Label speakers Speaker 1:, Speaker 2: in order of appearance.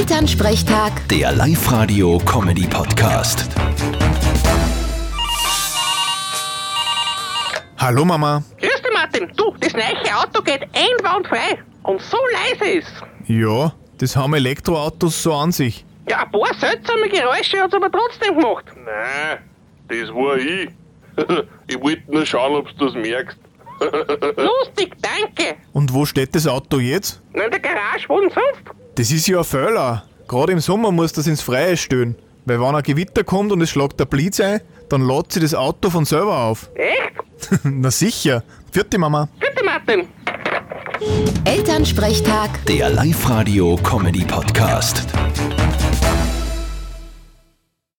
Speaker 1: Elternsprechtag,
Speaker 2: Der Live-Radio-Comedy-Podcast.
Speaker 3: Hallo Mama.
Speaker 4: Grüß dich, Martin. Du, das neue Auto geht einwandfrei und so leise ist.
Speaker 3: Ja, das haben Elektroautos so an sich.
Speaker 4: Ja, ein paar seltsame Geräusche hat's aber trotzdem gemacht.
Speaker 5: Nein, das war ich. ich wollte nur schauen, ob du das merkst.
Speaker 4: Lustig, danke.
Speaker 3: Und wo steht das Auto jetzt?
Speaker 4: Na, In der Garage, wo denn sonst?
Speaker 3: Das ist ja ein Föller. Gerade im Sommer muss das ins Freie stehen. Weil wenn ein Gewitter kommt und es schlägt der Blitz ein, dann lädt sich das Auto von selber auf.
Speaker 4: Echt?
Speaker 3: Na sicher. Vierte Mama.
Speaker 4: Bitte, Martin.
Speaker 1: Elternsprechtag.
Speaker 2: Der Live-Radio-Comedy-Podcast.